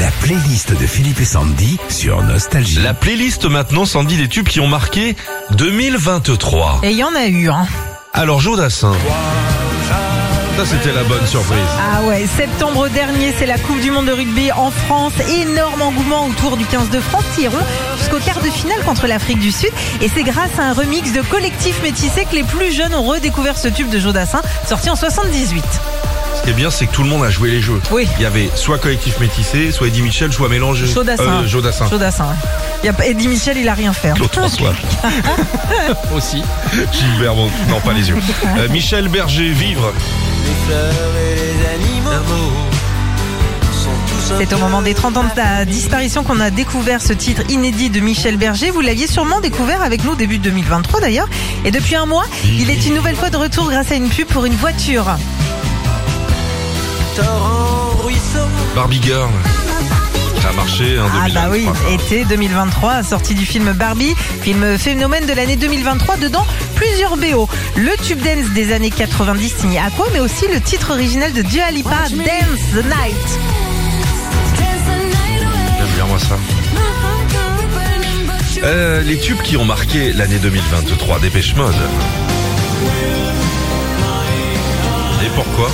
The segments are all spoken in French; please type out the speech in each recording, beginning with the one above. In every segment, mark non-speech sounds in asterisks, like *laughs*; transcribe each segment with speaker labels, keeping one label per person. Speaker 1: La playlist de Philippe et Sandy sur Nostalgie.
Speaker 2: La playlist maintenant, Sandy, des tubes qui ont marqué 2023.
Speaker 3: Et il y en a eu, hein.
Speaker 2: Alors, Jodassin. Ça, c'était la bonne surprise.
Speaker 3: Ah ouais, septembre dernier, c'est la Coupe du Monde de rugby en France. Énorme engouement autour du 15 de France qui iront jusqu'au quart de finale contre l'Afrique du Sud. Et c'est grâce à un remix de collectif métissé que les plus jeunes ont redécouvert ce tube de Jodassin, sorti en 78.
Speaker 2: Ce qui est bien, c'est que tout le monde a joué les jeux.
Speaker 3: Oui.
Speaker 2: Il y avait soit collectif métissé, soit Eddie Mitchell, soit mélangé.
Speaker 3: Jodassin.
Speaker 2: Euh, Jodassin.
Speaker 3: Jodassin. ouais. Il Y a pas- Eddie Michel, il a rien fait. hein.
Speaker 2: Claude François. *laughs*
Speaker 4: aussi.
Speaker 2: Gilbert Mon- Non, pas les yeux. Euh, Michel Berger, vivre.
Speaker 5: Les fleurs et les animaux sont tous un
Speaker 3: C'est au
Speaker 5: peu
Speaker 3: moment des 30 ans de la disparition qu'on a découvert ce titre inédit de Michel Berger. Vous l'aviez sûrement découvert avec nous début 2023 d'ailleurs. Et depuis un mois, il est une nouvelle fois de retour grâce à une pub pour une voiture.
Speaker 5: torrents, ruisseaux.
Speaker 2: Barbie Girl. Ça a marché, hein,
Speaker 3: Ah bah oui,
Speaker 2: 2023.
Speaker 3: été 2023, sortie du film Barbie, film phénomène de l'année 2023, dedans plusieurs BO. Le tube dance des années 90 signé Aqua, mais aussi le titre original de Dua Lipa, Dance the Night.
Speaker 2: J'aime bien, moi, ça. Euh, les tubes qui ont marqué l'année 2023, Dépêche Mode. Et pourquoi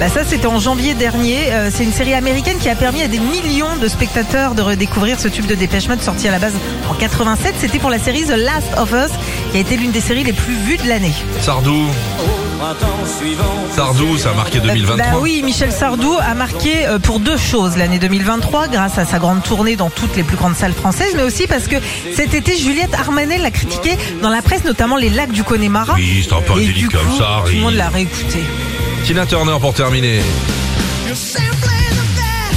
Speaker 3: Bah ça c'était en janvier dernier. Euh, c'est une série américaine qui a permis à des millions de spectateurs de redécouvrir ce tube de Dépêche Mode sorti à la base en 87. C'était pour la série The Last of Us qui a été l'une des séries les plus vues de l'année.
Speaker 2: Sardou,
Speaker 5: Au printemps suivant,
Speaker 2: Sardou, ça a marqué 2023.
Speaker 3: Bah oui, Michel Sardou a marqué euh, pour deux choses l'année 2023 grâce à sa grande tournée dans toutes les plus grandes salles françaises, mais aussi parce que cet été Juliette Armanet l'a critiqué dans la presse, notamment les lacs du Connemara.
Speaker 2: Oui, c'est un peu un
Speaker 3: Et
Speaker 2: délit
Speaker 3: du
Speaker 2: comme
Speaker 3: coup,
Speaker 2: ça,
Speaker 3: Tout le
Speaker 2: oui.
Speaker 3: monde l'a réécouté.
Speaker 2: Tina Turner pour terminer.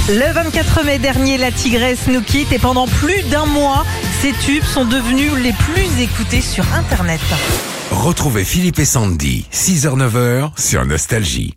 Speaker 3: Le 24 mai dernier, la tigresse nous quitte et pendant plus d'un mois, ces tubes sont devenus les plus écoutés sur Internet.
Speaker 1: Retrouvez Philippe et Sandy, 6h-9h sur Nostalgie.